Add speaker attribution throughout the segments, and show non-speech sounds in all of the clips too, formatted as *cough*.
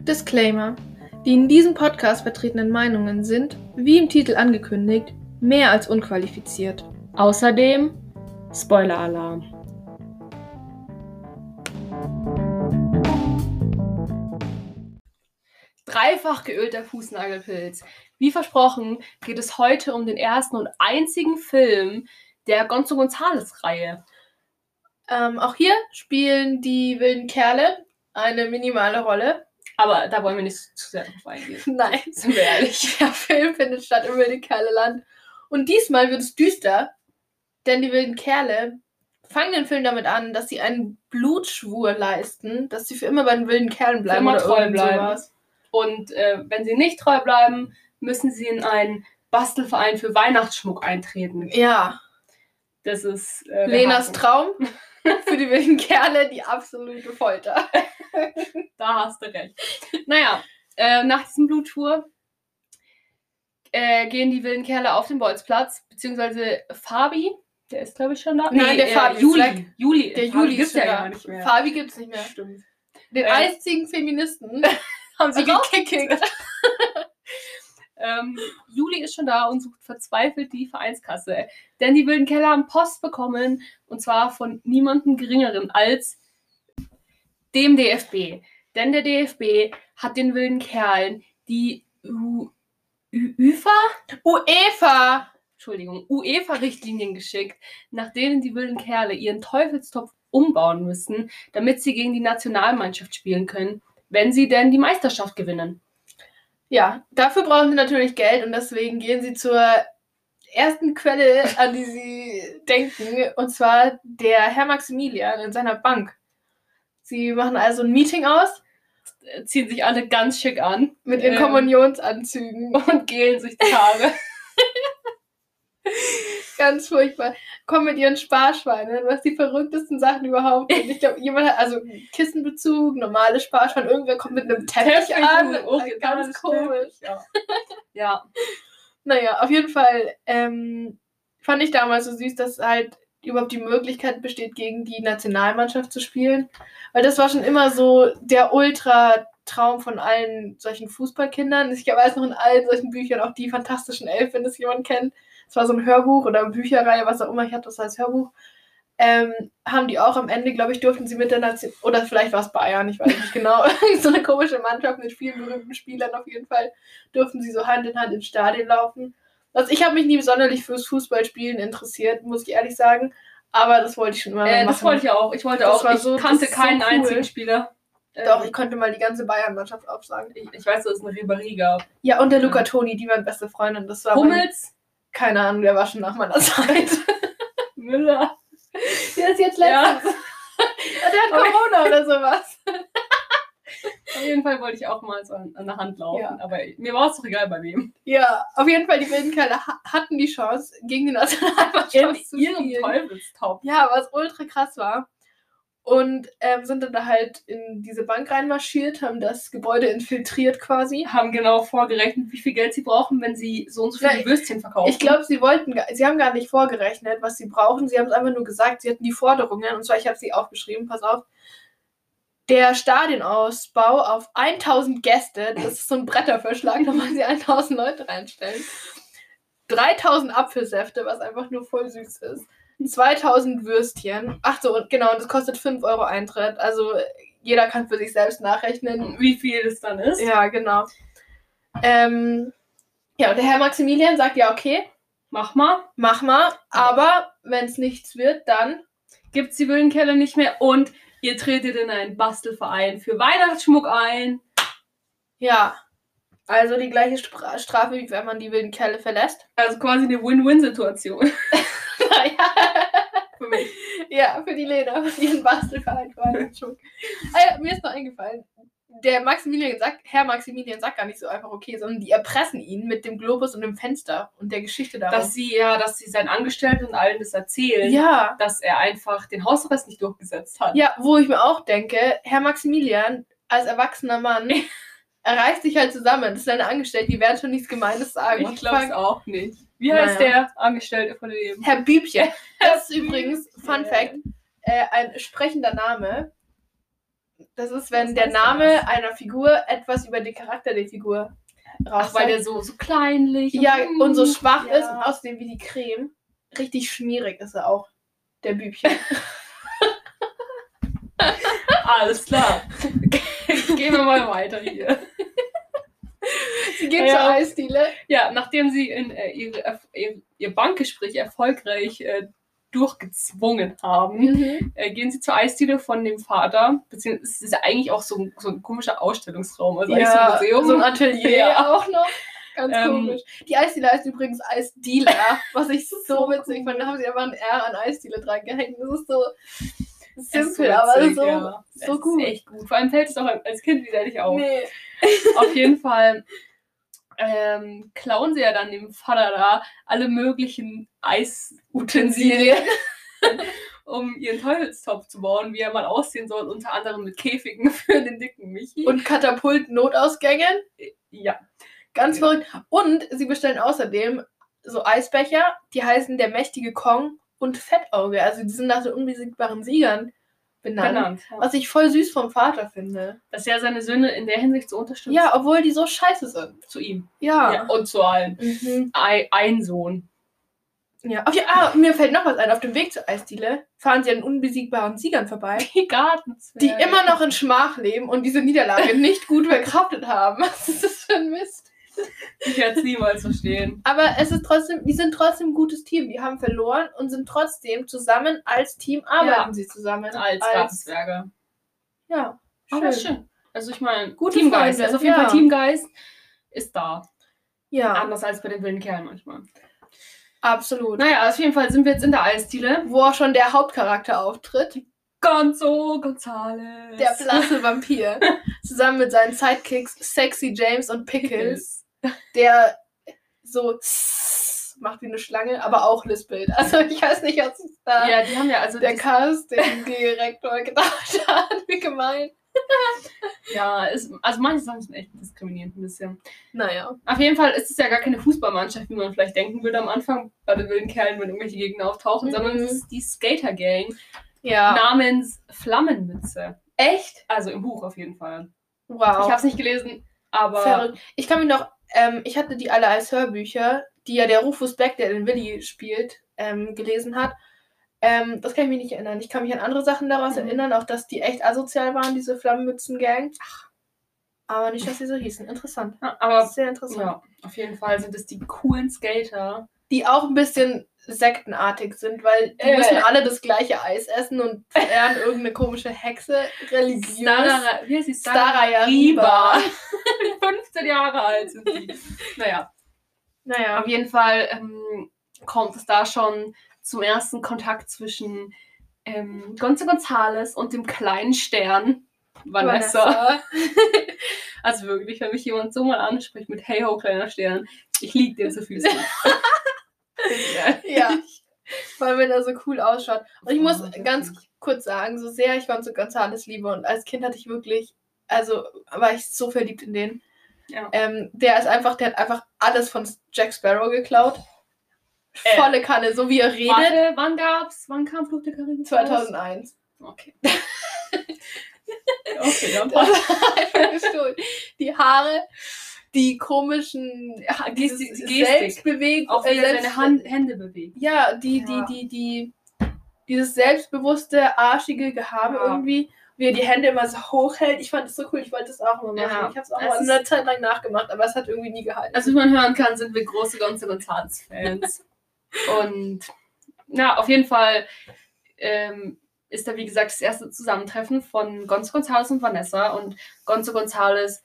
Speaker 1: Disclaimer. Die in diesem Podcast vertretenen Meinungen sind, wie im Titel angekündigt, mehr als unqualifiziert.
Speaker 2: Außerdem Spoiler-Alarm.
Speaker 1: Dreifach geölter Fußnagelpilz. Wie versprochen, geht es heute um den ersten und einzigen Film der Gonzo Gonzales-Reihe. Ähm, auch hier spielen die wilden Kerle eine minimale Rolle.
Speaker 2: Aber da wollen wir nicht zu sehr drauf eingehen.
Speaker 1: Nein, *laughs*
Speaker 2: Sind wir ehrlich.
Speaker 1: der Film findet statt im wilden Kerleland. Und diesmal wird es düster, denn die wilden Kerle fangen den Film damit an, dass sie einen Blutschwur leisten, dass sie für immer bei den wilden Kerlen bleiben
Speaker 2: immer treu
Speaker 1: irgend
Speaker 2: bleiben.
Speaker 1: sowas.
Speaker 2: Und äh, wenn sie nicht treu bleiben, müssen sie in einen Bastelverein für Weihnachtsschmuck eintreten.
Speaker 1: Ja,
Speaker 2: Das ist äh, der
Speaker 1: Lenas
Speaker 2: Haken. *laughs*
Speaker 1: Traum für die wilden Kerle die absolute Folter.
Speaker 2: Da hast du recht. Naja, äh, nach diesem Bluttour äh, gehen die wilden Kerle auf den Bolzplatz, beziehungsweise Fabi, der ist glaube ich schon da.
Speaker 1: Nein, der Fabi ist weg.
Speaker 2: Juli. Juli.
Speaker 1: Der
Speaker 2: Fabi
Speaker 1: Juli
Speaker 2: gibt's
Speaker 1: ist ja
Speaker 2: ja gar nicht mehr.
Speaker 1: Fabi gibt's nicht mehr.
Speaker 2: Stimmt.
Speaker 1: Den
Speaker 2: Äh.
Speaker 1: einzigen Feministen
Speaker 2: *laughs*
Speaker 1: Also,
Speaker 2: Haben sie
Speaker 1: rausgekickt.
Speaker 2: Ähm, Juli ist schon da und sucht verzweifelt die Vereinskasse. Denn die wilden Kerle haben Post bekommen und zwar von niemandem geringeren als dem DFB. Denn der DFB hat den wilden Kerlen die U U UFA
Speaker 1: *laughs* UEFA!
Speaker 2: Entschuldigung, UEFA-Richtlinien geschickt, nach denen die wilden Kerle ihren Teufelstopf umbauen müssen, damit sie gegen die Nationalmannschaft spielen können, wenn sie denn die Meisterschaft gewinnen.
Speaker 1: Ja, dafür brauchen sie natürlich Geld und deswegen gehen sie zur ersten Quelle, an die
Speaker 2: *laughs*
Speaker 1: sie denken, und zwar der Herr Maximilian in seiner Bank. Sie machen also ein Meeting aus
Speaker 2: Äh, Ziehen sich alle ganz schick an *laughs*
Speaker 1: mit ihren
Speaker 2: Ähm.
Speaker 1: Kommunionsanzügen.
Speaker 2: und gelen sich die Haare.
Speaker 1: Ganz furchtbar. Kommen mit ihren Sparschweinen, ne? was die verrücktesten Sachen überhaupt sind. Ich glaube, jemand hat, also Kissenbezug, normale Sparschweine, irgendwer kommt mit einem Teppich,
Speaker 2: Teppich,
Speaker 1: an. Äh,
Speaker 2: oh,
Speaker 1: ganz
Speaker 2: ganz
Speaker 1: komisch.
Speaker 2: ja. ja,
Speaker 1: Naja, auf jeden Fall ähm, fand ich damals so süß, dass halt überhaupt die Möglichkeit besteht, gegen die Nationalmannschaft zu spielen. Weil das war schon immer so der Ultra-Traum von allen solchen Fußballkindern. Ich weiß noch in allen solchen Büchern, auch die Fantastischen Elf, wenn das jemand kennt. Es war so ein Hörbuch oder eine Bücherreihe, was auch immer. Ich hatte das als Hörbuch. Ähm, haben die auch am Ende, glaube ich, durften sie mit der Nation, oder vielleicht war es Bayern, ich weiß nicht genau, *laughs* so eine komische Mannschaft mit vielen berühmten Spielern auf jeden Fall durften sie so Hand in Hand ins Stadion laufen. Also ich habe mich nie sonderlich fürs Fußballspielen interessiert, muss ich ehrlich sagen. Aber das wollte ich schon immer mal
Speaker 2: äh, das
Speaker 1: machen.
Speaker 2: wollte ich auch. Ich wollte
Speaker 1: Das
Speaker 2: auch.
Speaker 1: war
Speaker 2: Ich
Speaker 1: so- das
Speaker 2: kannte
Speaker 1: ist so
Speaker 2: keinen
Speaker 1: cool.
Speaker 2: einzigen Spieler. Ähm,
Speaker 1: Doch, ich konnte mal die ganze Bayern-Mannschaft aufsagen.
Speaker 2: ich, ich weiß, dass es eine Ribéry gab.
Speaker 1: Ja, und der Luca Toni, die waren beste Freundin. Das war mein,
Speaker 2: Hummels,
Speaker 1: keine Ahnung, der war schon nach
Speaker 2: *laughs*
Speaker 1: meiner Zeit.
Speaker 2: Müller.
Speaker 1: der ist jetzt Der
Speaker 2: Ja,
Speaker 1: hat
Speaker 2: Okay.
Speaker 1: Corona oder sowas.
Speaker 2: auf jeden Fall wollte ich auch mal so an an der Hand laufen.
Speaker 1: Ja.
Speaker 2: Aber mir war es doch egal bei wem.
Speaker 1: Ja, auf jeden Fall, die wilden Kerle ha- hatten die Chance, gegen die *laughs* Nationalmannschaft zu spielen.
Speaker 2: Teufelstopf.
Speaker 1: Ja, was ultra krass war. Und ähm, sind dann da halt in diese Bank reinmarschiert, haben das Gebäude infiltriert quasi.
Speaker 2: Haben genau vorgerechnet, wie viel Geld sie brauchen, wenn sie so und so viele
Speaker 1: Nein,
Speaker 2: Würstchen verkaufen.
Speaker 1: Ich glaube, sie wollten, ga- sie haben gar nicht vorgerechnet, was sie brauchen. Sie haben es einfach nur gesagt, sie hatten die Forderungen. Und zwar, ich habe sie aufgeschrieben, pass auf. Der Stadionausbau auf 1000 Gäste, das ist so ein Bretterverschlag, da wollen sie 1000 Leute reinstellen. 3000 Apfelsäfte, was einfach nur voll süß ist. 2000 Würstchen. Ach so, und genau, und das kostet 5 Euro Eintritt. Also jeder kann für sich selbst nachrechnen,
Speaker 2: wie viel das dann ist.
Speaker 1: ja, genau. Ähm, ja, und der Herr Maximilian sagt ja, okay,
Speaker 2: Mach mal.
Speaker 1: mach mal, aber wenn es nichts wird, dann.
Speaker 2: Gibt's die wilden Kerle nicht mehr und ihr tretet in einen Bastelverein für Weihnachtsschmuck ein.
Speaker 1: Ja. Also die gleiche Stra Strafe, wie wenn man die wilden Kerle verlässt. *laughs*
Speaker 2: Also quasi eine Win-Win-Situation *laughs*
Speaker 1: Naja,
Speaker 2: für mich.
Speaker 1: ja, für die Lena, für diesen Bastelverein quasi schon. Ah ja, mir ist noch eingefallen. Der Maximilian sagt, Herr Maximilian sagt gar nicht so einfach okay, sondern die erpressen ihn mit dem Globus und dem Fenster und der Geschichte darum.
Speaker 2: Dass sie ja, dass sie seinen Angestellten und allen das erzählen,
Speaker 1: ja.
Speaker 2: dass er einfach den Hausarrest nicht durchgesetzt hat.
Speaker 1: Ja, wo ich mir auch denke, Herr Maximilian, als erwachsener Mann, er reißt sich halt zusammen. Das sind deine Angestellten, die werden schon nichts Gemeines sagen.
Speaker 2: ich glaube es auch nicht. Wie
Speaker 1: Naja.
Speaker 2: heißt der Angestellte von dem?
Speaker 1: Herr Bübchen. Das ist
Speaker 2: Herr
Speaker 1: übrigens, Fun
Speaker 2: Bübchen.
Speaker 1: Fact, äh, ein sprechender Name. Das ist, wenn
Speaker 2: Was
Speaker 1: der
Speaker 2: heißt denn
Speaker 1: Name
Speaker 2: das?
Speaker 1: einer Figur etwas über den Charakter der Figur
Speaker 2: Ach,
Speaker 1: raus
Speaker 2: weil der so, so kleinlich
Speaker 1: ja,
Speaker 2: mm.
Speaker 1: und so schwach
Speaker 3: ja.
Speaker 1: ist und außerdem wie die Creme. Richtig schmierig ist er auch, der Bübchen.
Speaker 2: Alles
Speaker 1: *laughs*
Speaker 2: klar. Gehen wir mal weiter hier.
Speaker 1: Sie geht
Speaker 2: Ja.
Speaker 1: zur Eisdiele.
Speaker 2: Ja, nachdem sie in, äh, ihre, Erf- ihr, ihr Bankgespräch erfolgreich äh, durchgezwungen haben,
Speaker 1: Mhm.
Speaker 2: äh, gehen sie zur Eisdiele von dem Vater. Beziehungsweise es ist ja eigentlich auch so, ein- so ein komischer Ausstellungsraum. Also
Speaker 1: Ja,
Speaker 2: eigentlich so ein Museum.
Speaker 1: so ein *laughs* Atelier
Speaker 2: Ja.
Speaker 1: auch noch. Ganz
Speaker 2: Ähm.
Speaker 1: komisch. Die Eisdiele heißt übrigens Eisdealer, *laughs* was ich so, *laughs*
Speaker 2: So
Speaker 1: witzig fand. Da haben sie einfach ein R an Eisdiele dran gehängt. Das ist so
Speaker 2: Es ist
Speaker 1: simpel, aber
Speaker 2: witzig,
Speaker 1: so,
Speaker 2: ja. Es
Speaker 1: so gut.
Speaker 2: Ist echt gut. Vor allem fällt es auch als Kind wieder nicht auf.
Speaker 1: Nee.
Speaker 2: Auf jeden Fall ähm, klauen sie ja dann dem Vater da alle möglichen Eisutensilien, *laughs* um ihren Teufelstopf zu bauen, wie er mal aussehen soll, unter anderem mit Käfigen *laughs* für den dicken Michi.
Speaker 1: Und Katapulten Notausgängen.
Speaker 2: ja,
Speaker 1: Ganz verrückt. Und sie bestellen außerdem so Eisbecher, die heißen der mächtige Kong und Fettauge. Also die sind nach den unbesiegbaren Siegern benannt.
Speaker 2: benannt. Ja.
Speaker 1: Was ich voll süß vom Vater finde.
Speaker 2: Dass er seine Söhne in der Hinsicht so unterstützt.
Speaker 1: Ja, obwohl die so scheiße sind.
Speaker 2: Zu ihm.
Speaker 1: Ja.
Speaker 2: Ja, und zu allen.
Speaker 1: Mhm.
Speaker 2: Ei- Ein Sohn.
Speaker 1: ja. Auf die, ah, mir fällt noch was ein. Auf dem Weg zur Eisdiele fahren sie an unbesiegbaren Siegern vorbei,
Speaker 2: *laughs* Die Gartenzwerge.
Speaker 1: die immer noch in Schmach leben und diese
Speaker 2: *laughs*
Speaker 1: Niederlage nicht gut verkraftet haben. *laughs* Was ist das für ein Mist?
Speaker 2: Ich werde es
Speaker 1: *laughs*
Speaker 2: niemals verstehen.
Speaker 1: Aber es ist trotzdem, die sind trotzdem ein gutes Team. Die haben verloren und sind trotzdem zusammen als Team arbeiten sie zusammen.
Speaker 2: Als Gartenzwerge.
Speaker 1: ja.
Speaker 2: Aber
Speaker 1: schön.
Speaker 2: schön. Also ich meine,
Speaker 1: Gute
Speaker 2: Teamgeist.
Speaker 1: Freunde,
Speaker 2: Also auf jeden
Speaker 1: ja.
Speaker 2: Fall Teamgeist ist da.
Speaker 1: Ja,
Speaker 2: Anders als bei den wilden Kerlen manchmal.
Speaker 1: absolut.
Speaker 2: Naja, also auf jeden Fall sind wir jetzt in der Eisdiele.
Speaker 1: Wo auch schon der Hauptcharakter auftritt,
Speaker 2: Gonzo Gonzales.
Speaker 1: der blasse Vampir,
Speaker 2: *laughs*
Speaker 1: zusammen mit seinen Sidekicks Sexy James und Pickles,
Speaker 2: Pickles.
Speaker 1: der so *laughs* macht wie eine Schlange, aber auch lispelt. Also ich weiß nicht, was es da
Speaker 2: Ja, die haben ja also
Speaker 1: der
Speaker 2: das-
Speaker 1: Casting-Direktor *laughs* gedacht hat. Wie gemein.
Speaker 2: ja, ist, also manche Sachen sind echt diskriminierend ein bisschen.
Speaker 1: Naja.
Speaker 2: Auf jeden Fall ist es ja gar keine Fußballmannschaft, wie man vielleicht denken würde am Anfang bei den wilden Kerlen, wenn irgendwelche Gegner auftauchen,
Speaker 1: Mhm.
Speaker 2: sondern es ist die Skater Gang
Speaker 1: Ja.
Speaker 2: namens Flammenmütze.
Speaker 1: Echt?
Speaker 2: Also im Buch auf jeden Fall.
Speaker 1: Wow.
Speaker 2: Ich habe es nicht gelesen, aber
Speaker 1: Verrückt. Ich kann mich noch, ähm, ich hatte die alle als Hörbücher, die ja der Rufus Beck, der den Willi spielt, ähm, gelesen hat. Ähm, das kann ich mich nicht erinnern. Ich kann mich an andere Sachen daraus
Speaker 2: Mhm.
Speaker 1: erinnern, auch dass die echt asozial waren, diese Flammenmützen-Gang. Aber nicht, dass sie so hießen. Interessant.
Speaker 2: Ja, aber
Speaker 1: Sehr interessant.
Speaker 2: Ja, auf jeden Fall sind es die coolen Skater.
Speaker 1: Die auch ein bisschen sektenartig sind, weil die
Speaker 2: Äh.
Speaker 1: müssen alle das gleiche Eis essen und verehren irgendeine komische Hexe, religiös.
Speaker 2: Starara, wie heißt sie?
Speaker 1: Staraya
Speaker 2: Riba.
Speaker 1: Riba.
Speaker 2: *laughs* 15 Jahre alt sind sie. Naja,
Speaker 1: Naja.
Speaker 2: auf jeden Fall ähm, kommt es da schon zum ersten Kontakt zwischen ähm, Gonzo Gonzales und dem kleinen Stern Vanessa. Also wirklich, wenn mich jemand so mal anspricht mit Hey ho, kleiner Stern, ich lieg dir zu
Speaker 1: *laughs*
Speaker 2: Füßen.
Speaker 1: Ja. Weil wenn er so cool ausschaut. Und ich
Speaker 2: Oh,
Speaker 1: muss
Speaker 2: wirklich.
Speaker 1: ganz kurz sagen, so sehr ich Gonzo Gonzales liebe und als Kind hatte ich wirklich, also war ich so verliebt in den.
Speaker 2: Ja.
Speaker 1: Ähm, der ist einfach, der hat einfach alles von Jack Sparrow geklaut.
Speaker 2: Äh.
Speaker 1: Volle Kanne, so wie er redet.
Speaker 2: Warte, wann gab's, wann kam Fluch der Karibik?
Speaker 1: *laughs*
Speaker 2: raus?
Speaker 1: 2001.
Speaker 2: Okay. *laughs* okay,
Speaker 1: *laughs*
Speaker 2: dann
Speaker 1: Das war einfach gestohlen. Die Haare, die komischen
Speaker 2: passt.
Speaker 1: dieses
Speaker 2: Gestik, Gestik.
Speaker 1: Selbstbewegung,
Speaker 2: Auch wie
Speaker 1: äh,
Speaker 2: er seine
Speaker 1: Selbst-
Speaker 2: Hand, Hände bewegt.
Speaker 1: ja, die, die,
Speaker 2: Ja.
Speaker 1: die, die, dieses selbstbewusste, arschige Gehabe
Speaker 2: Ja.
Speaker 1: irgendwie, wie er die Hände immer so hochhält. Ich fand das so cool, ich wollte das auch immer machen.
Speaker 2: Ja.
Speaker 1: Ich habe es auch
Speaker 2: Es
Speaker 1: mal
Speaker 2: ist-
Speaker 1: eine Zeit lang nachgemacht, aber es hat irgendwie nie gehalten.
Speaker 2: Also wie man hören kann, sind wir große
Speaker 1: *laughs*
Speaker 2: Gonzo Gonzales-Fans. Und na, auf jeden Fall ähm, ist da, wie gesagt, das erste Zusammentreffen von Gonzo Gonzales und Vanessa. Und Gonzo Gonzales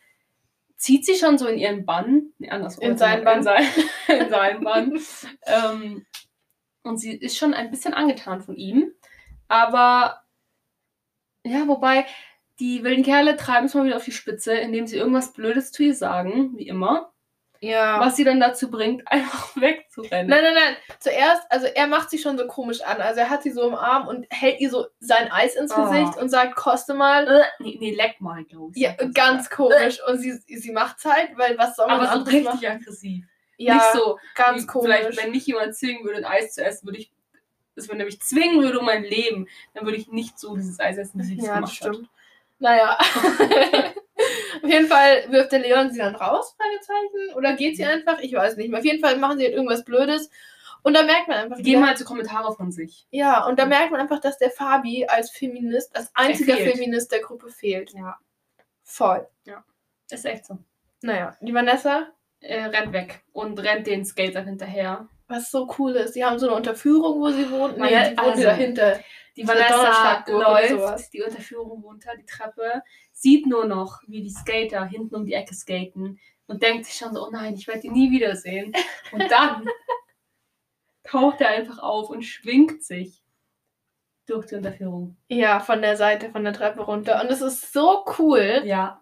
Speaker 2: zieht sie schon so in ihren Bann. Nee, andersrum.
Speaker 1: In seinen Bann.
Speaker 2: In, sein, *laughs* in seinen Bann. ähm, und sie ist schon ein bisschen angetan von ihm. Aber ja, wobei die wilden Kerle treiben es mal wieder auf die Spitze, indem sie irgendwas Blödes zu ihr sagen, wie immer
Speaker 1: ja.
Speaker 2: was sie dann dazu bringt, *laughs* einfach wegzurennen.
Speaker 1: Nein, nein, nein. Zuerst, also er macht sie schon so komisch an. Also er hat sie so im Arm und hält ihr so sein Eis ins
Speaker 2: Oh.
Speaker 1: Gesicht und sagt, koste mal.
Speaker 2: Äh, nee, nee, leck mal, glaube ich.
Speaker 1: Ja,
Speaker 2: sagt das
Speaker 1: ganz
Speaker 2: sogar.
Speaker 1: komisch. Und sie, sie macht halt, weil was soll man
Speaker 2: Aber so
Speaker 1: anderes
Speaker 2: richtig
Speaker 1: machen?
Speaker 2: aggressiv.
Speaker 1: Ja,
Speaker 2: Nicht so,
Speaker 1: ganz
Speaker 2: wie
Speaker 1: komisch.
Speaker 2: vielleicht, wenn mich jemand zwingen würde, ein Eis zu essen, würde ich, dass man nämlich zwingen würde um mein Leben, dann würde ich nicht so dieses Eis essen, wie sie das
Speaker 1: ja, das
Speaker 2: gemacht hat.
Speaker 1: stimmt. Naja. *laughs* Auf jeden Fall wirft der Leon sie dann raus, Fragezeichen. Oder geht
Speaker 2: Mhm.
Speaker 1: sie einfach? Ich weiß nicht mehr. Auf jeden Fall machen sie halt irgendwas Blödes. Und da merkt man einfach.
Speaker 2: Die geben
Speaker 1: wieder-
Speaker 2: halt so Kommentare von sich.
Speaker 1: ja, und da merkt man einfach, dass der Fabi als Feminist, als einziger
Speaker 2: fehlt.
Speaker 1: Feminist der Gruppe fehlt.
Speaker 2: Ja.
Speaker 1: Voll.
Speaker 2: Ist echt so.
Speaker 1: Naja, die Vanessa,
Speaker 2: Äh, rennt weg und rennt den Skatern hinterher.
Speaker 1: was so cool ist, die haben so eine Unterführung, wo sie wohnt. Nee,
Speaker 2: Ja,
Speaker 1: die wohnt
Speaker 2: also-
Speaker 1: dahinter.
Speaker 2: Die
Speaker 1: So eine
Speaker 2: Vanessa
Speaker 1: Donnerschlagburg oder
Speaker 2: läuft
Speaker 1: sowas.
Speaker 2: die Unterführung runter, die Treppe, sieht nur noch, wie die Skater hinten um die Ecke skaten und denkt sich schon so, oh nein, ich werde die nie wiedersehen. Und *laughs* dann taucht er einfach auf und schwingt sich durch die Unterführung.
Speaker 1: Ja, von der Seite, von der Treppe runter. Und es ist so cool.
Speaker 2: Ja,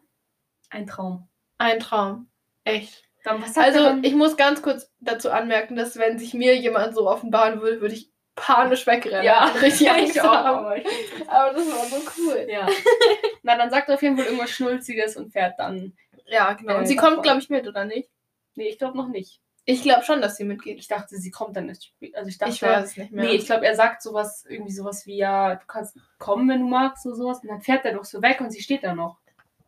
Speaker 2: ein Traum.
Speaker 1: Ein Traum. Echt.
Speaker 2: Dann, was sagt er
Speaker 1: Also,
Speaker 2: dann?
Speaker 1: ich muss ganz kurz dazu anmerken, dass wenn sich mir jemand so offenbaren würde, würde ich panisch wegrennen.
Speaker 2: *laughs* ja,
Speaker 1: und *laughs* richtig Angst
Speaker 2: ich auch.
Speaker 1: haben.
Speaker 2: Aber ich
Speaker 1: Aber das war so cool.
Speaker 2: ja. *laughs* Na, dann sagt er auf jeden Fall irgendwas Schnulziges und fährt dann.
Speaker 1: Ja, genau.
Speaker 2: Äh,
Speaker 1: Und sie
Speaker 2: davon.
Speaker 1: kommt, glaube ich, mit, oder nicht?
Speaker 2: Nee, ich glaube noch nicht.
Speaker 1: Ich glaube schon, dass sie mitgeht.
Speaker 2: Ich dachte, sie kommt dann erst spät. Also ich dachte,
Speaker 1: ich weiß es nicht mehr.
Speaker 2: Nee, ich glaube, er sagt sowas, irgendwie sowas wie, ja, du kannst kommen, wenn du magst, so sowas. Und dann fährt er doch so weg und sie steht da noch.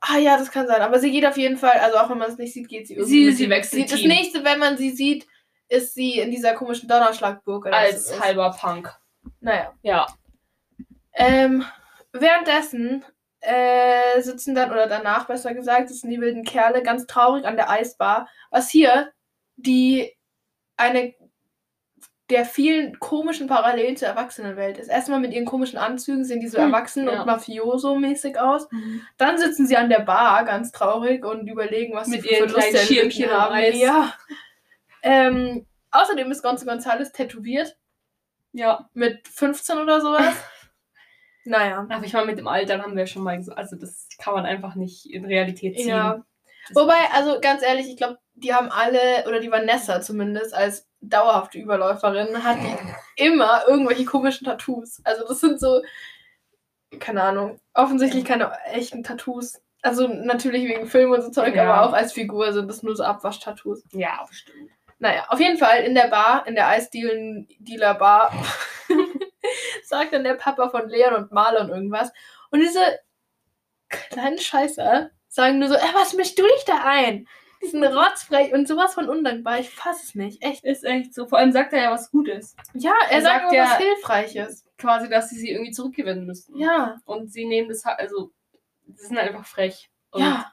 Speaker 1: ah ja, das kann sein. Aber sie geht auf jeden Fall, also auch wenn man es nicht sieht, geht sie irgendwie.
Speaker 2: Sie-
Speaker 1: mit.
Speaker 2: sie wechselt
Speaker 1: Das
Speaker 2: Team.
Speaker 1: nächste, wenn man sie sieht, ist sie in dieser komischen Donnerschlagburg. Oder was es
Speaker 2: Als
Speaker 1: ist.
Speaker 2: halber Punk.
Speaker 1: Naja.
Speaker 2: Ja.
Speaker 1: Ähm, währenddessen äh, sitzen dann, oder danach besser gesagt, sitzen die wilden Kerle ganz traurig an der Eisbar, was hier die eine der vielen komischen Parallelen zur Erwachsenenwelt ist. Erstmal mit ihren komischen Anzügen sehen die so
Speaker 2: Hm,
Speaker 1: erwachsen
Speaker 2: ja.
Speaker 1: und mafioso-mäßig aus.
Speaker 2: Mhm.
Speaker 1: Dann sitzen sie an der Bar ganz traurig und überlegen, was
Speaker 2: Mit
Speaker 1: sie für
Speaker 2: ihren
Speaker 1: Verluste
Speaker 2: kleinen
Speaker 1: erlitten
Speaker 2: Schirmchen am
Speaker 1: haben.
Speaker 2: Eis.
Speaker 1: Ja. Ähm, außerdem ist Gonzo Gonzales tätowiert
Speaker 2: Ja.
Speaker 1: mit 15 oder sowas. naja.
Speaker 2: Aber ich meine, mit dem Alter haben wir ja schon mal gesagt, also das kann man einfach nicht in Realität ziehen.
Speaker 1: Ja.
Speaker 2: Das-
Speaker 1: Wobei, also ganz ehrlich, ich glaube, die haben alle, oder die Vanessa zumindest, als dauerhafte Überläuferin, hat die immer irgendwelche komischen Tattoos. Also das sind so, keine Ahnung, offensichtlich keine echten Tattoos. Also natürlich wegen Film und so Zeug,
Speaker 2: Ja.
Speaker 1: aber auch als Figur sind das nur so Abwaschtattoos.
Speaker 2: Ja, bestimmt.
Speaker 1: Naja, auf jeden Fall in der Bar, in der Eisdealer-Bar, *laughs* sagt dann der Papa von Leon und Marlon irgendwas. Und diese kleinen Scheißer sagen nur so, "Ey, was mischst du dich da ein? Die *laughs* sind rotzfrech und sowas von undankbar. Ich fass es nicht. Echt.
Speaker 2: Ist echt so. Vor allem sagt er ja was Gutes.
Speaker 1: Ja, er
Speaker 2: Er
Speaker 1: sagt,
Speaker 2: sagt
Speaker 1: immer
Speaker 2: ja-
Speaker 1: was Hilfreiches.
Speaker 2: Quasi, dass sie sie irgendwie zurückgewinnen müssten.
Speaker 1: Ja,
Speaker 2: Und sie nehmen das halt, also, sie sind einfach frech. Und
Speaker 1: ja,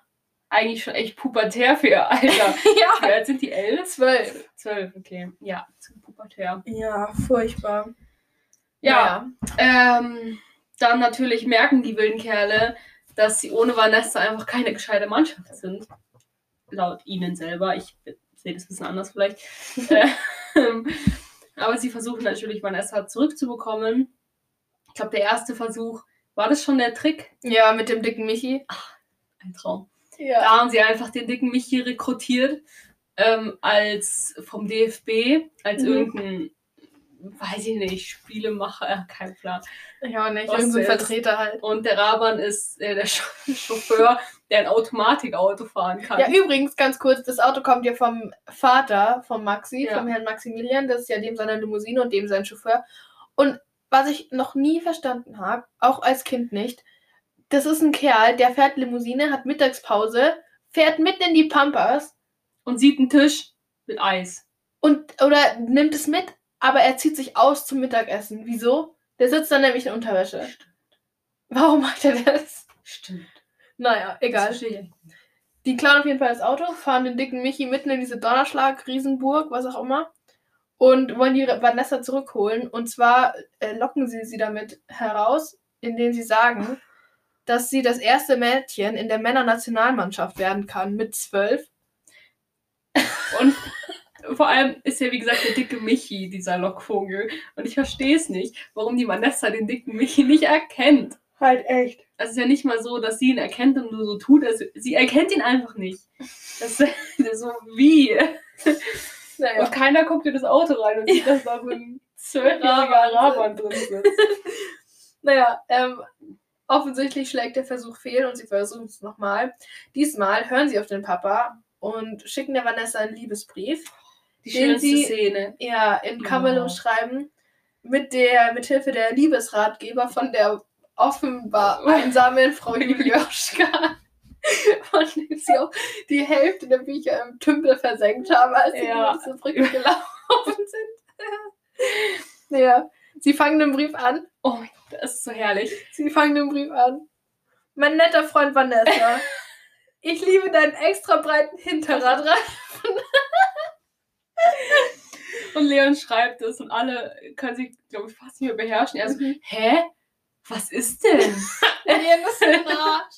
Speaker 2: eigentlich schon echt pubertär für ihr *laughs* Alter. Wie
Speaker 1: *laughs* ja.
Speaker 2: alt sind die? Elf?
Speaker 1: Zwölf.
Speaker 2: Zwölf, okay. Ja, zu pubertär.
Speaker 1: Ja, furchtbar.
Speaker 2: Ja,
Speaker 1: Ja.
Speaker 2: Ähm, dann natürlich merken die wilden Kerle, dass sie ohne Vanessa einfach keine gescheite Mannschaft sind. Laut ihnen selber. Ich sehe das ein bisschen anders vielleicht. ähm, aber sie versuchen natürlich, Vanessa zurückzubekommen. Ich glaube, der erste Versuch, war das schon der Trick?
Speaker 1: ja, mit dem dicken Michi.
Speaker 2: Ein Traum. Da
Speaker 1: Ja.
Speaker 2: haben sie einfach den dicken Michi rekrutiert ähm, als vom DFB, als
Speaker 1: Mhm.
Speaker 2: irgendein, weiß ich nicht, Spielemacher, kein Plan.
Speaker 1: Ich auch nicht.
Speaker 2: Was
Speaker 1: Irgendein
Speaker 2: ist-
Speaker 1: Vertreter halt.
Speaker 2: Und der Raban ist äh, der Sch *laughs* Chauffeur, der ein Automatikauto fahren kann.
Speaker 1: Ja, übrigens, ganz kurz, das Auto kommt ja vom Vater, vom Maxi,
Speaker 2: Ja.
Speaker 1: vom Herrn Maximilian. Das ist ja dem seine Limousine und dem sein Chauffeur. Und was ich noch nie verstanden habe, auch als Kind nicht, das ist ein Kerl, der fährt Limousine, hat Mittagspause, fährt mitten in die Pampas
Speaker 2: Und sieht einen Tisch mit Eis.
Speaker 1: und oder nimmt es mit, aber er zieht sich aus zum Mittagessen. Wieso? Der sitzt dann nämlich in Unterwäsche. Warum macht er das?
Speaker 2: Stimmt.
Speaker 1: Naja,
Speaker 2: Das
Speaker 1: egal.
Speaker 2: verstehe ich eigentlich.
Speaker 1: Die klauen auf jeden Fall das Auto, fahren den dicken Michi mitten in diese Donnerschlag, Riesenburg, was auch immer. Und wollen die Vanessa zurückholen. Und zwar äh, locken sie sie damit heraus, indem sie sagen, dass sie das erste Mädchen in der Männernationalmannschaft werden kann mit zwölf.
Speaker 2: Und *laughs* vor allem ist ja, wie gesagt, der dicke Michi, dieser Lockvogel. Und ich verstehe es nicht, warum die Vanessa den dicken Michi nicht erkennt.
Speaker 1: Halt echt.
Speaker 2: Also es ist ja nicht mal so, dass sie ihn erkennt und nur so tut. Also sie erkennt ihn einfach nicht. Das ist *laughs* so wie.
Speaker 1: Naja.
Speaker 2: Und keiner guckt in das Auto rein und sieht, dass da so ein zwölfjähriger Raban drin sitzt.
Speaker 1: *laughs* Naja, ähm, offensichtlich schlägt der Versuch fehl und sie versuchen es nochmal. Diesmal hören sie auf den Papa und schicken der Vanessa einen Liebesbrief.
Speaker 2: Die
Speaker 1: Den
Speaker 2: schönste
Speaker 1: sie-
Speaker 2: Szene.
Speaker 1: ja, in Camelot
Speaker 2: Ja.
Speaker 1: schreiben, mit der, mit Hilfe der Liebesratgeber von der offenbar einsamen Frau Julioschka, *laughs* von dem sie auch die Hälfte der Bücher im Tümpel versenkt haben, als sie
Speaker 2: Ja.
Speaker 1: über diese Brücke gelaufen *laughs* sind. ja, sie fangen den Brief an.
Speaker 2: Oh mein Gott, das ist so herrlich.
Speaker 1: Sie fangen den Brief an. Mein netter Freund Vanessa, ich liebe deinen extra breiten Hinterrad.
Speaker 2: Und Leon schreibt es und alle können sich, glaube ich, fast nicht mehr beherrschen. Er so,
Speaker 1: *laughs*
Speaker 2: hä? Was ist denn?
Speaker 1: Alien ist im Arsch.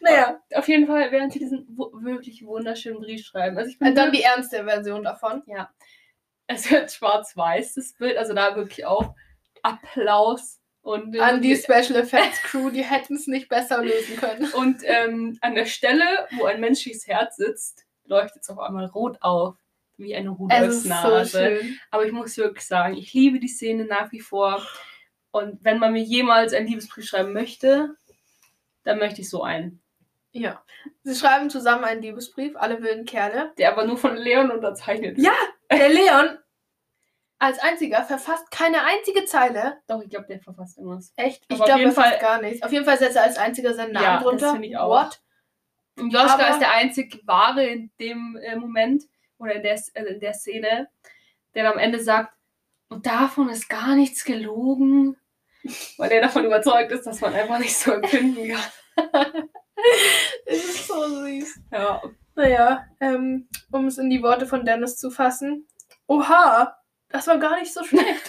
Speaker 1: naja,
Speaker 2: Auf jeden Fall werden sie diesen wu- wirklich wunderschönen Brief schreiben. Also ich bin
Speaker 1: also dann
Speaker 2: wirklich-
Speaker 1: die ernste Version davon.
Speaker 2: ja. Es wird schwarz-weiß, das Bild. Also da wirklich auch Applaus und
Speaker 1: An die Special Effects Crew, die hätten es nicht besser lösen
Speaker 2: *laughs*
Speaker 1: können.
Speaker 2: Und ähm, an der Stelle, wo ein menschliches Herz sitzt, leuchtet es auf einmal rot auf, wie eine
Speaker 1: Es ist so
Speaker 2: Rudolfsnase.
Speaker 1: schön.
Speaker 2: Aber ich muss wirklich sagen, ich liebe die Szene nach wie vor. Und wenn man mir jemals einen Liebesbrief schreiben möchte, dann möchte ich so einen.
Speaker 1: Ja. Sie schreiben zusammen einen Liebesbrief, alle wilden Kerle.
Speaker 2: Der aber nur von Leon unterzeichnet
Speaker 1: Ja. Der Leon als einziger verfasst keine einzige Zeile.
Speaker 2: Doch, ich glaube, der verfasst irgendwas.
Speaker 1: Echt? Ich
Speaker 2: Aber auf
Speaker 1: glaube, er
Speaker 2: jeden
Speaker 1: fasst
Speaker 2: Fall-
Speaker 1: gar nichts. Auf jeden Fall setzt er als einziger seinen Namen
Speaker 2: Ja, das
Speaker 1: drunter.
Speaker 2: finde ich auch.
Speaker 1: What?
Speaker 2: Und Joschka
Speaker 1: Aber-
Speaker 2: ist der einzig wahre in dem äh, Moment oder in der, S- äh, in der Szene, der dann am Ende sagt, und davon ist gar nichts gelogen. Weil er davon überzeugt ist, dass man einfach nicht so empfinden kann.
Speaker 1: Es ist so süß.
Speaker 2: Ja.
Speaker 1: Naja, ähm, um es in die Worte von Dennis zu fassen. Oha, das war gar nicht so schlecht.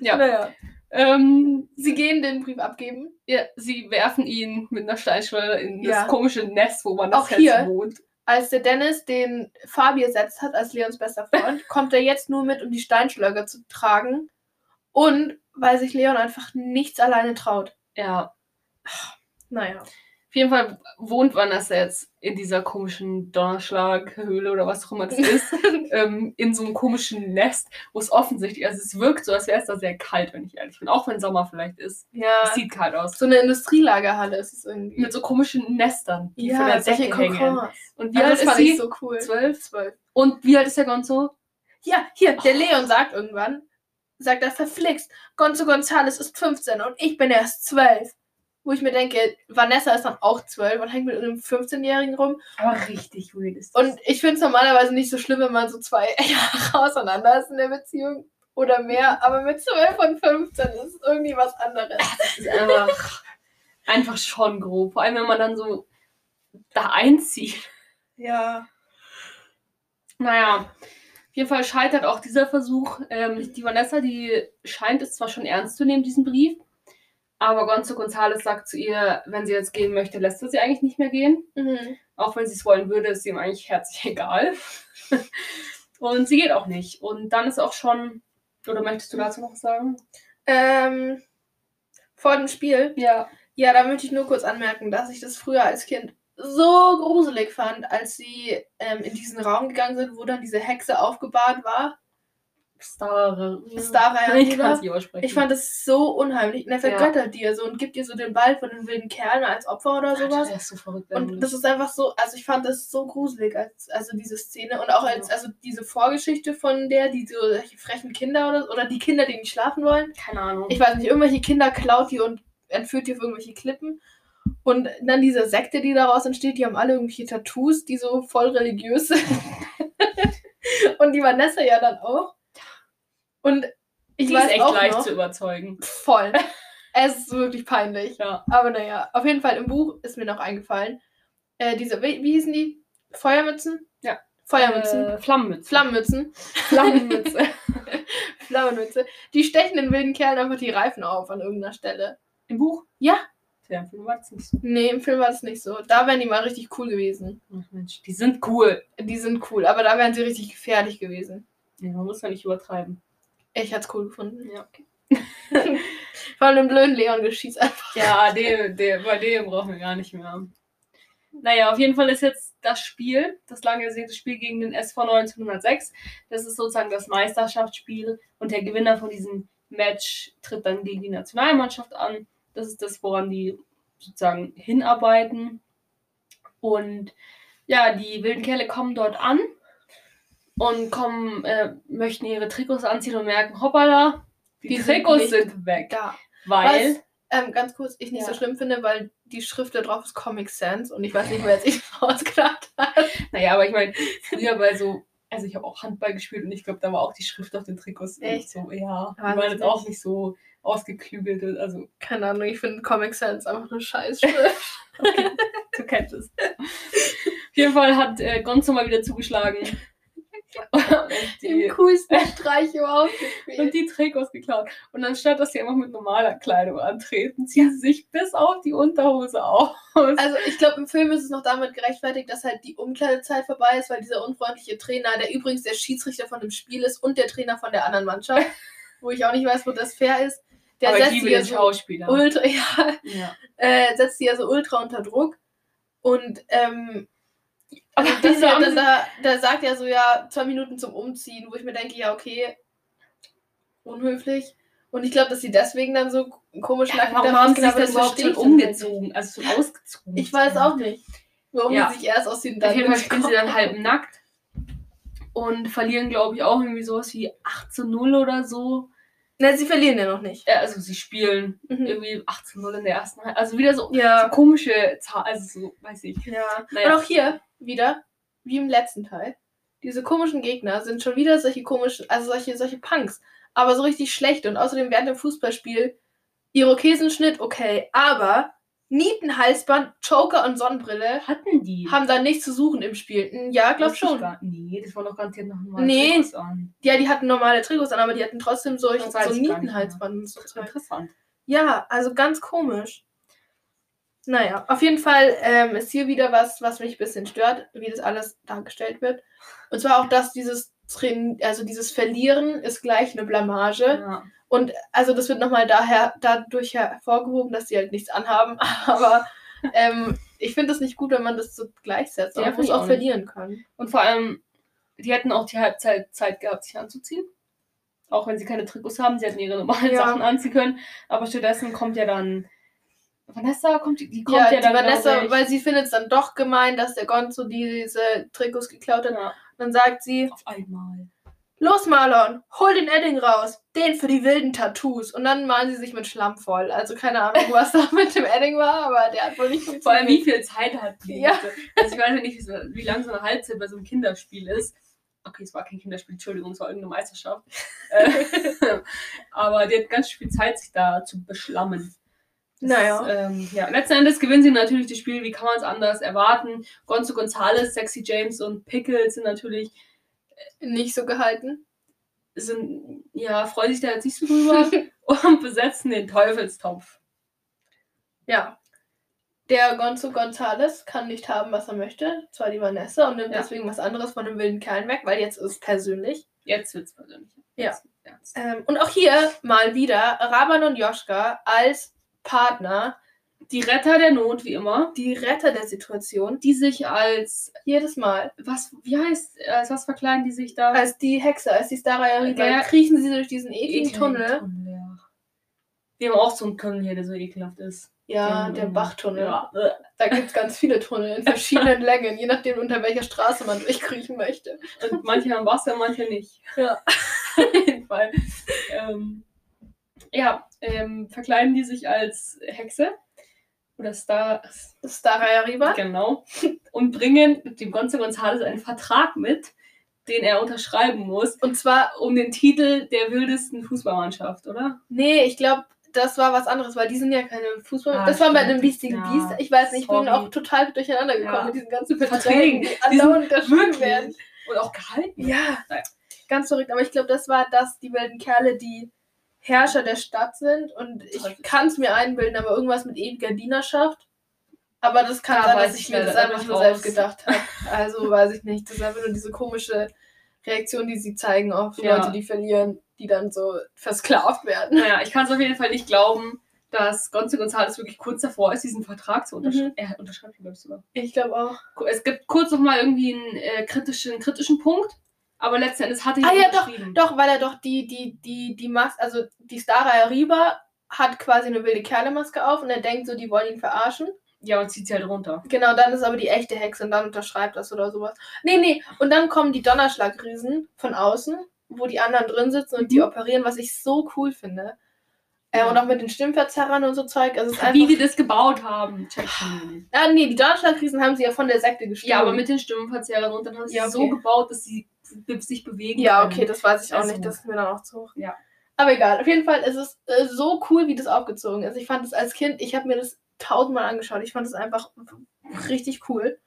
Speaker 2: Ja.
Speaker 1: Naja.
Speaker 2: Ähm,
Speaker 1: Sie gehen den Brief abgeben.
Speaker 2: ja. Sie werfen ihn mit einer Steinschleuder in
Speaker 1: Ja.
Speaker 2: das komische Nest, wo man
Speaker 1: Auch
Speaker 2: das Herz
Speaker 1: hier.
Speaker 2: wohnt.
Speaker 1: Als der Dennis den Fabi ersetzt hat als Leons bester *laughs* Freund, kommt er jetzt nur mit, um die Steinschläger zu tragen. Und weil sich Leon einfach nichts alleine traut.
Speaker 2: Ja.
Speaker 1: Naja.
Speaker 2: Auf jeden Fall wohnt Vanessa jetzt in dieser komischen Donnerschlaghöhle oder was auch immer
Speaker 1: *laughs*
Speaker 2: das ist, ähm, in so einem komischen Nest, wo es offensichtlich, also es wirkt so, als wäre es da sehr kalt, wenn ich ehrlich bin, auch wenn Sommer vielleicht ist. Es
Speaker 1: Ja.
Speaker 2: sieht kalt aus.
Speaker 1: So eine Industrielagerhalle ist es irgendwie.
Speaker 2: Mit so komischen Nestern, die von der Decke hängen.
Speaker 1: Kokons.
Speaker 2: Und wie
Speaker 1: Ja, Also
Speaker 2: alt
Speaker 1: das
Speaker 2: ist
Speaker 1: fand ich
Speaker 2: sie?
Speaker 1: so cool.
Speaker 2: Zwölf.
Speaker 1: Zwölf.
Speaker 2: Und wie alt ist der Gonzo?
Speaker 1: Ja, hier, der Leon sagt irgendwann, sagt er verflixt, Gonzo Gonzales ist 15 und ich bin erst 12. Wo ich mir denke, Vanessa ist dann auch 12 und hängt mit einem 15-Jährigen rum.
Speaker 2: Aber richtig weird ist das.
Speaker 1: Und ich finde es normalerweise nicht so schlimm, wenn man so zwei *laughs* Jahre auseinander ist in der Beziehung oder mehr, aber mit 12 und 15 ist es irgendwie was anderes.
Speaker 2: Das ist einfach, einfach schon grob. Vor allem, wenn man dann so da einzieht.
Speaker 1: Ja.
Speaker 2: Naja, auf jeden Fall scheitert auch dieser Versuch. Ähm, die Vanessa, die scheint es zwar schon ernst zu nehmen, diesen Brief, aber Gonzo González sagt zu ihr, wenn sie jetzt gehen möchte, lässt er sie eigentlich nicht mehr gehen.
Speaker 1: Mhm.
Speaker 2: Auch wenn sie es wollen würde, ist ihm eigentlich herzlich *laughs* egal. Und sie geht auch nicht. Und dann ist auch schon. Oder möchtest du dazu noch was sagen?
Speaker 1: Ähm, vor dem Spiel
Speaker 2: Ja.
Speaker 1: Ja, da möchte ich nur kurz anmerken, dass ich das früher als Kind so gruselig fand, als sie ähm, in diesen Raum gegangen sind, wo dann diese Hexe aufgebahrt war.
Speaker 2: Star.
Speaker 1: *laughs* Starfire
Speaker 2: Ich kann
Speaker 1: River.
Speaker 2: es nicht aussprechen.
Speaker 1: Ich fand das so unheimlich. Und er
Speaker 2: Ja.
Speaker 1: vergöttert dir so und gibt dir so den Ball von den wilden Kerlen als Opfer oder
Speaker 2: Alter,
Speaker 1: sowas.
Speaker 2: der ist so verrückt.
Speaker 1: Und das ist einfach so, also ich fand das so gruselig, als, also diese Szene und auch als,
Speaker 2: Ja.
Speaker 1: also diese Vorgeschichte von der, die so solche frechen Kinder oder, oder die Kinder, die nicht schlafen wollen.
Speaker 2: keine Ahnung.
Speaker 1: ich weiß nicht, irgendwelche Kinder klaut die und entführt die auf irgendwelche Klippen. Und dann diese Sekte, die daraus entsteht, die haben alle irgendwelche Tattoos, die so voll religiös sind. *laughs* und die Vanessa ja dann auch. Und ich
Speaker 2: die
Speaker 1: weiß
Speaker 2: ist echt
Speaker 1: auch
Speaker 2: leicht
Speaker 1: noch,
Speaker 2: zu überzeugen.
Speaker 1: voll. Es ist wirklich peinlich.
Speaker 2: Ja.
Speaker 1: Aber naja, auf jeden Fall im Buch ist mir noch eingefallen, äh, diese, wie, wie hießen die? Feuermützen?
Speaker 2: Ja.
Speaker 1: Feuermützen.
Speaker 2: Äh, Flammenmütze.
Speaker 1: Flammenmützen.
Speaker 2: Flammenmütze.
Speaker 1: Flammenmütze. Die stechen den wilden Kerlen einfach die Reifen auf an irgendeiner Stelle.
Speaker 2: *laughs* Im Buch?
Speaker 1: Ja.
Speaker 2: Tja, im Film war das nicht so.
Speaker 1: Nee, im Film war das nicht so. Da wären die mal richtig cool gewesen.
Speaker 2: Ach Mensch, die sind cool.
Speaker 1: Die sind cool, aber da wären sie richtig gefährlich gewesen.
Speaker 2: Ja, man muss ja nicht übertreiben.
Speaker 1: Ich hätte es cool gefunden.
Speaker 2: Ja, okay.
Speaker 1: *laughs* Vor allem dem blöden Leon geschieht einfach.
Speaker 2: Ja, dem, dem, bei dem brauchen wir gar nicht mehr. Naja, auf jeden Fall ist jetzt das Spiel, das lange ersehnte Spiel gegen den SV 1906. Das ist sozusagen das Meisterschaftsspiel und der Gewinner von diesem Match tritt dann gegen die Nationalmannschaft an. Das ist das, woran die sozusagen hinarbeiten. Und ja, die wilden Kerle kommen dort an und kommen, äh, möchten ihre Trikots anziehen und merken, hoppala, Die,
Speaker 1: Die sind nicht-
Speaker 2: Trikots sind weg.
Speaker 1: Da.
Speaker 2: Weil.
Speaker 1: Was, ähm, ganz kurz, ich nicht
Speaker 2: Ja.
Speaker 1: so schlimm finde, weil die Schrift da drauf ist Comic Sans und ich weiß nicht, wer jetzt ich ausgedacht hat.
Speaker 2: Naja, aber ich meine, früher bei so, also ich habe auch Handball gespielt und ich glaube, da war auch die Schrift auf den Trikots nicht
Speaker 1: Echt?
Speaker 2: so, ja. Die
Speaker 1: Weiß
Speaker 2: waren
Speaker 1: ich
Speaker 2: jetzt auch
Speaker 1: nicht.
Speaker 2: nicht so ausgeklügelt, und- also
Speaker 1: Keine Ahnung, ich finde Comic Sans einfach eine *laughs* Scheißschrift.
Speaker 2: du kennst es. Auf jeden Fall hat äh, Gonzo mal wieder zugeschlagen. und,
Speaker 1: *laughs* Im *laughs*
Speaker 2: die,
Speaker 1: coolsten Streich überhaupt
Speaker 2: und
Speaker 1: gespielt.
Speaker 2: die Trikots geklaut. Und anstatt, dass sie einfach mit normaler Kleidung antreten, ziehen sie sich bis auf die Unterhose aus.
Speaker 1: Also ich glaube, im Film ist es noch damit gerechtfertigt, dass halt die Umkleidezeit vorbei ist, weil dieser unfreundliche Trainer, der übrigens der Schiedsrichter von dem Spiel ist und der Trainer von der anderen *laughs* Mannschaft, wo ich auch nicht weiß, wo das fair ist, der
Speaker 2: aber ich
Speaker 1: setzt
Speaker 2: liebe
Speaker 1: die ja
Speaker 2: den
Speaker 1: so
Speaker 2: Schauspieler.
Speaker 1: ultra, *laughs* ja,
Speaker 2: ja.
Speaker 1: äh, setzt die ja so ultra unter Druck. Und ähm,
Speaker 2: Aber
Speaker 1: Also
Speaker 2: *laughs*
Speaker 1: das
Speaker 2: wieso
Speaker 1: ja,
Speaker 2: haben
Speaker 1: dann
Speaker 2: sie-
Speaker 1: da, da sagt er so, ja, zwei Minuten zum Umziehen, wo ich mir denke, ja, okay, unhöflich. Und ich glaube, dass sie deswegen dann so komisch
Speaker 2: Ja, warum haben sie sich denn überhaupt schon umgezogen? Also schon ausgezogen.
Speaker 1: Ich weiß auch nicht, warum
Speaker 2: Ja.
Speaker 1: sie sich erst aus den
Speaker 2: Auf jeden Fall spielen sie
Speaker 1: gekommen- *laughs*
Speaker 2: dann halb nackt und verlieren, glaube ich, auch irgendwie sowas wie 8 zu 0 oder so.
Speaker 1: Na, sie verlieren ja noch nicht.
Speaker 2: Äh, Also sie spielen
Speaker 1: Mhm.
Speaker 2: irgendwie 8 zu 0 in der ersten Halbzeit. Also wieder so, so
Speaker 1: Ja.
Speaker 2: komische Zahl, also so, weiß ich.
Speaker 1: ja.
Speaker 2: Naja.
Speaker 1: Und auch hier wieder, wie im letzten Teil, diese komischen Gegner sind schon wieder solche komischen, also solche, solche Punks, aber so richtig schlecht. Und außerdem während dem Fußballspiel Irokesenschnitt, okay, aber Nietenhalsband, Joker und Sonnenbrille
Speaker 2: Hatten die?
Speaker 1: haben da nichts zu suchen im Spiel. Hm, Ja, glaub
Speaker 2: Wusste
Speaker 1: schon.
Speaker 2: Gar, nee, das war doch garantiert noch mal
Speaker 1: Nee.
Speaker 2: Trikots an.
Speaker 1: Ja, die hatten normale Trikots an, aber die hatten trotzdem so, so
Speaker 2: Das weiß ich gar nicht
Speaker 1: Nietenhalsband. und so
Speaker 2: Das ist
Speaker 1: Zeug.
Speaker 2: interessant.
Speaker 1: Ja, also ganz komisch. Naja, auf jeden Fall ähm, ist hier wieder was, was mich ein bisschen stört, wie das alles dargestellt wird. Und zwar auch, dass dieses Train also dieses Verlieren ist gleich eine Blamage.
Speaker 2: Ja.
Speaker 1: Und also das wird nochmal daher dadurch hervorgehoben, dass sie halt nichts anhaben. *laughs* Aber ähm, ich finde es nicht gut, wenn man das so gleichsetzt.
Speaker 2: Ja,
Speaker 1: Man
Speaker 2: find
Speaker 1: muss
Speaker 2: ich
Speaker 1: auch
Speaker 2: auch nicht.
Speaker 1: verlieren können.
Speaker 2: Und vor allem, die hätten auch die Halbzeit Zeit gehabt, sich anzuziehen. Auch wenn sie keine Trikots haben, sie hätten ihre normalen
Speaker 1: Ja.
Speaker 2: Sachen anziehen können. Aber stattdessen kommt ja dann. Vanessa kommt, die die kommt
Speaker 1: ja,
Speaker 2: ja,
Speaker 1: die
Speaker 2: dann.
Speaker 1: Vanessa,
Speaker 2: glaub
Speaker 1: weil sie findet es dann doch gemein, dass der Gonzo diese Trikots geklaut
Speaker 2: ich,
Speaker 1: hat.
Speaker 2: ja,
Speaker 1: Dann sagt sie,
Speaker 2: auf einmal.
Speaker 1: Los, Marlon, hol den Edding raus. Den für die wilden Tattoos. Und dann malen sie sich mit Schlamm voll. Also keine Ahnung,
Speaker 2: *laughs*
Speaker 1: was da mit dem Edding war, aber der hat wohl nicht
Speaker 2: Vor allem,
Speaker 1: funktioniert.
Speaker 2: wie viel Zeit hat die?
Speaker 1: Ja.
Speaker 2: Also, ich weiß ja nicht, wie, so, wie lang so eine Halbzeit bei so einem Kinderspiel ist. Okay, es war kein Kinderspiel, Entschuldigung, es war irgendeine
Speaker 1: *laughs*
Speaker 2: Meisterschaft. Äh, Aber die hat ganz viel Zeit, sich da zu beschlammen. Das,
Speaker 1: Naja.
Speaker 2: Ähm, ja. Letzten Endes gewinnen sie natürlich das Spiel, wie kann man es anders erwarten? Gonzo Gonzalez, Sexy James und Pickles sind natürlich,
Speaker 1: nicht so gehalten.
Speaker 2: sind, ja, freuen sich da jetzt nicht
Speaker 1: *laughs*
Speaker 2: so drüber und besetzen den Teufelstopf.
Speaker 1: Ja. Der Gonzo Gonzales kann nicht haben, was er möchte. Zwar die Vanessa und nimmt
Speaker 2: Ja.
Speaker 1: deswegen was anderes von dem wilden Kerl weg, weil jetzt ist es persönlich.
Speaker 2: Jetzt wird's persönlich.
Speaker 1: Ja.
Speaker 2: Jetzt wird's ernst.
Speaker 1: Ähm, und auch hier mal wieder Raban und Joschka als Partner,
Speaker 2: Die Retter der Not, wie immer,
Speaker 1: die Retter der Situation.
Speaker 2: die sich als,
Speaker 1: Jedes Mal.
Speaker 2: was, wie heißt, als was verkleiden die sich da?
Speaker 1: Als die Hexe, als die Staraya
Speaker 2: Ja.
Speaker 1: Riga, kriechen sie durch diesen ekligen
Speaker 2: Ekligen
Speaker 1: Tunnel.
Speaker 2: ja. Wir haben auch so einen Tunnel hier, der so ekelhaft ist.
Speaker 1: Ja,
Speaker 2: Den-
Speaker 1: der Bachtunnel.
Speaker 2: ähm, Ja. äh,
Speaker 1: Da gibt es ganz viele Tunnel
Speaker 2: *laughs*
Speaker 1: in verschiedenen Längen, je nachdem, unter welcher Straße man durchkriechen möchte.
Speaker 2: Und äh, manche haben Wasser, manche nicht.
Speaker 1: Ja.
Speaker 2: *laughs* Auf jeden Fall. Ähm, ja, ähm, verkleiden die sich als Hexe oder Star.
Speaker 1: Staraya Riva.
Speaker 2: Genau. Und bringen dem Gonzo Gonzales einen Vertrag mit, den er unterschreiben muss,
Speaker 1: Und zwar,
Speaker 2: um den Titel der wildesten Fußballmannschaft, oder?
Speaker 1: nee, ich glaube, das war was anderes, weil die sind ja keine Fußball.
Speaker 2: Ah,
Speaker 1: das war bei
Speaker 2: stimmt.
Speaker 1: einem Beastie
Speaker 2: Ja,
Speaker 1: Beast. Ich weiß nicht, ich bin
Speaker 2: sorry.
Speaker 1: auch total durcheinander gekommen
Speaker 2: Ja.
Speaker 1: mit diesen ganzen Verträgen,
Speaker 2: Verträgen.
Speaker 1: die
Speaker 2: Die sind
Speaker 1: andauernd unterschrieben werden.
Speaker 2: Und auch gehalten.
Speaker 1: Ja,
Speaker 2: Naja.
Speaker 1: ganz verrückt. Aber ich glaube, das war das, die wilden Kerle, die Herrscher der Stadt sind. Und ich
Speaker 2: Teufel.
Speaker 1: kann es mir einbilden, aber irgendwas mit ewiger Dienerschaft. Aber das kann
Speaker 2: Da
Speaker 1: sein,
Speaker 2: weiß
Speaker 1: dass ich
Speaker 2: ich
Speaker 1: mir das
Speaker 2: leider
Speaker 1: einfach
Speaker 2: nicht
Speaker 1: nur selbst
Speaker 2: raus.
Speaker 1: gedacht habe. Also weiß ich nicht. Das ist einfach nur diese komische Reaktion, die sie zeigen auf
Speaker 2: Ja.
Speaker 1: Leute, die verlieren, die dann so versklavt werden.
Speaker 2: Naja, ich kann es auf jeden Fall nicht glauben, dass Gonzo Gonzalez wirklich kurz davor ist, diesen Vertrag zu unterschreiben.
Speaker 1: Mhm.
Speaker 2: Er unterschreibt ihn, glaube ich, sogar.
Speaker 1: Ich glaube auch.
Speaker 2: Ku- Es gibt kurz nochmal irgendwie einen äh, kritischen, kritischen Punkt, aber letzten Endes hatte ich
Speaker 1: Ah, ja,
Speaker 2: unterschrieben.
Speaker 1: Doch, weil er doch die, die, die, die Maske, also die Staraya Riba hat quasi eine wilde Kerle-Maske auf und er denkt so, die wollen ihn verarschen.
Speaker 2: Ja, und zieht sie halt runter.
Speaker 1: Genau, dann ist aber die echte Hexe und dann unterschreibt das oder sowas. Nee, nee, und dann kommen die Donnerschlagriesen von außen wo die anderen drin sitzen und die operieren, was ich so cool finde. Äh,
Speaker 2: Mhm. Ja.
Speaker 1: Und auch mit den Stimmverzerrern und so Zeug. Also es ist einfach,
Speaker 2: Wie die das gebaut haben, check ich nicht.
Speaker 1: ah, nee, die Donnerschlagkrisen haben sie ja von der Sekte gestohlen.
Speaker 2: Ja, aber mit den Stimmenverzerrern und dann haben sie
Speaker 1: Ja,
Speaker 2: es so
Speaker 1: okay.
Speaker 2: gebaut, dass sie be- sich bewegen.
Speaker 1: Ja,
Speaker 2: können.
Speaker 1: okay, das weiß ich auch
Speaker 2: Also-
Speaker 1: nicht. Das ist mir dann auch zu hoch.
Speaker 2: Ja.
Speaker 1: Aber egal, auf jeden Fall ist es äh, so cool, wie das aufgezogen ist. Ich fand es als Kind, ich habe mir das tausendmal angeschaut. Ich fand es einfach richtig cool.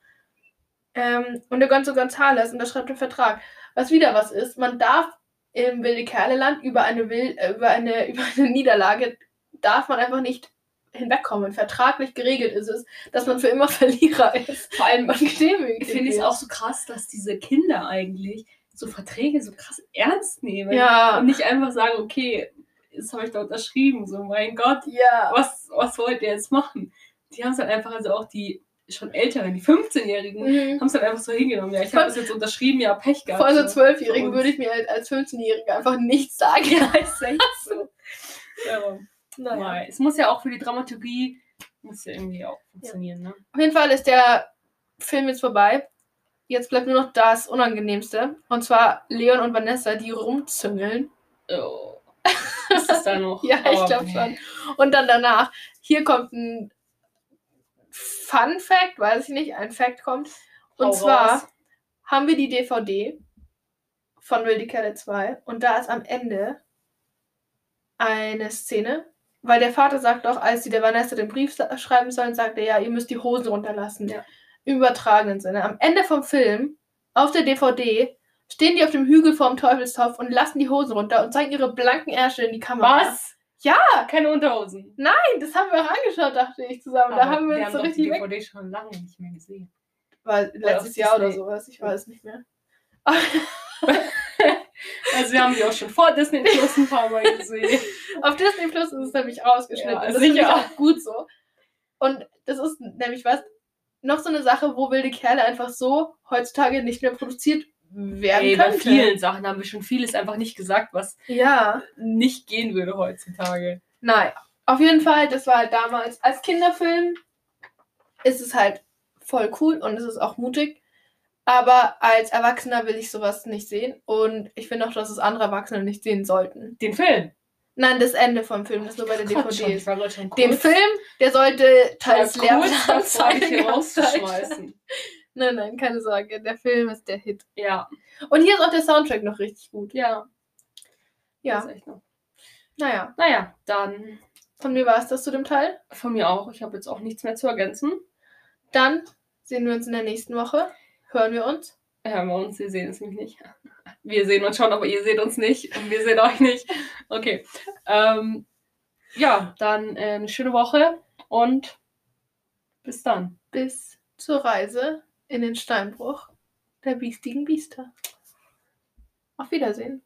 Speaker 1: Ähm, und der Gonzo Gonzales unterschreibt den Vertrag. Was wieder was ist, man darf im Wilde Kerleland über eine, Will äh, über eine, *laughs* über eine Niederlage darf man einfach nicht hinwegkommen. Vertraglich geregelt ist es, dass man für immer *laughs* Verlierer ist.
Speaker 2: Vor allem
Speaker 1: Man gedemütigt
Speaker 2: finde ich es
Speaker 1: wird.
Speaker 2: auch so krass, dass diese Kinder eigentlich so Verträge so krass ernst nehmen.
Speaker 1: Ja.
Speaker 2: Und nicht einfach sagen, okay, das habe ich da unterschrieben, so mein Gott,
Speaker 1: Ja.
Speaker 2: was, was wollt ihr jetzt machen? Die haben es dann einfach, also auch die schon älteren, die 15-Jährigen,
Speaker 1: Mhm.
Speaker 2: haben es dann einfach so hingenommen. Ja, ich habe
Speaker 1: Voll-
Speaker 2: das jetzt unterschrieben, ja, Pech gehabt.
Speaker 1: Vor allem
Speaker 2: so.
Speaker 1: Zwölfjährigen
Speaker 2: Für uns.
Speaker 1: würde ich mir als- als 15-Jährige einfach nichts sagen.
Speaker 2: Ja,
Speaker 1: *laughs*
Speaker 2: ist echt so. ja.
Speaker 1: Naja.
Speaker 2: Weil Es muss ja auch für die Dramaturgie, muss ja irgendwie auch
Speaker 1: *laughs*
Speaker 2: funktionieren, ne?
Speaker 1: Auf jeden Fall ist der Film jetzt vorbei. Jetzt bleibt nur noch das Unangenehmste. Und zwar Leon und Vanessa, die rumzüngeln. *laughs*
Speaker 2: Oh. Ist das da noch?
Speaker 1: Ja, ich
Speaker 2: Aber
Speaker 1: glaube
Speaker 2: Oh, nee.
Speaker 1: schon. Und dann danach, hier kommt ein Fun Fact, weiß ich nicht, ein Fact kommt. Und
Speaker 2: Hau
Speaker 1: zwar
Speaker 2: raus.
Speaker 1: haben wir die DVD von Wilde Kerle 2 und da ist am Ende eine Szene, weil der Vater sagt doch, als sie der Vanessa den Brief sa- schreiben sollen, sagt er ja, ihr müsst die Hosen runterlassen.
Speaker 2: Ja.
Speaker 1: Im übertragenen Sinne. Am Ende vom Film, auf der DVD, stehen die auf dem Hügel vorm Teufelstopf und lassen die Hosen runter und zeigen ihre blanken Ärsche in die Kamera.
Speaker 2: Was?
Speaker 1: Ja.
Speaker 2: Keine Unterhosen.
Speaker 1: Nein, das haben wir auch angeschaut, dachte ich zusammen. da
Speaker 2: Aber
Speaker 1: haben wir uns so
Speaker 2: doch
Speaker 1: richtig
Speaker 2: die
Speaker 1: weg.
Speaker 2: DVD schon lange nicht mehr gesehen.
Speaker 1: War letztes
Speaker 2: auf
Speaker 1: Jahr oder
Speaker 2: Disney.
Speaker 1: sowas, ich weiß nicht mehr.
Speaker 2: Also wir haben die auch schon vor Disney Plus ein paar Mal *laughs* gesehen.
Speaker 1: Auf Disney Plus ist es nämlich rausgeschnitten.
Speaker 2: Ja,
Speaker 1: das finde ich
Speaker 2: sicher.
Speaker 1: auch gut so. Und das ist nämlich was, noch so eine Sache, wo wilde Kerle einfach so heutzutage nicht mehr produziert werden
Speaker 2: Ey, bei
Speaker 1: könnte.
Speaker 2: vielen Sachen haben wir schon vieles einfach nicht gesagt, was
Speaker 1: Ja.
Speaker 2: nicht gehen würde heutzutage.
Speaker 1: Naja. Auf jeden Fall, das war halt damals als Kinderfilm ist es halt voll cool und es ist auch mutig. Aber als Erwachsener will ich sowas nicht sehen. Und ich finde auch, dass es andere Erwachsene nicht sehen sollten.
Speaker 2: Den Film.
Speaker 1: Nein, das Ende vom Film, das nur bei der
Speaker 2: Gott, schon,
Speaker 1: DVD
Speaker 2: ich
Speaker 1: ist.
Speaker 2: war gerade schon kurz,
Speaker 1: Den Film, der sollte
Speaker 2: ich war
Speaker 1: Teil des
Speaker 2: kurz davor,
Speaker 1: Lehrplans sein.
Speaker 2: dich hier
Speaker 1: ganz Zeit.
Speaker 2: rauszuschmeißen.
Speaker 1: Nein, nein, keine Sorge. Der Film ist der Hit.
Speaker 2: Ja,
Speaker 1: Und hier ist auch der Soundtrack noch richtig gut.
Speaker 2: ja. Das
Speaker 1: Ja,
Speaker 2: ist echt noch.
Speaker 1: naja.
Speaker 2: Naja, dann
Speaker 1: Von mir war es das zu dem Teil.
Speaker 2: von mir auch. Ich habe jetzt auch nichts mehr zu ergänzen.
Speaker 1: Dann sehen wir uns in der nächsten Woche. Hören wir uns.
Speaker 2: Hören wir uns, wir sehen uns nämlich nicht. *laughs* Wir sehen uns schon, aber ihr seht uns nicht und wir sehen euch nicht. Okay. Ähm, ja, dann äh, eine schöne Woche und bis dann.
Speaker 1: Bis zur Reise in den Steinbruch der biestigen Biester. Auf Wiedersehen.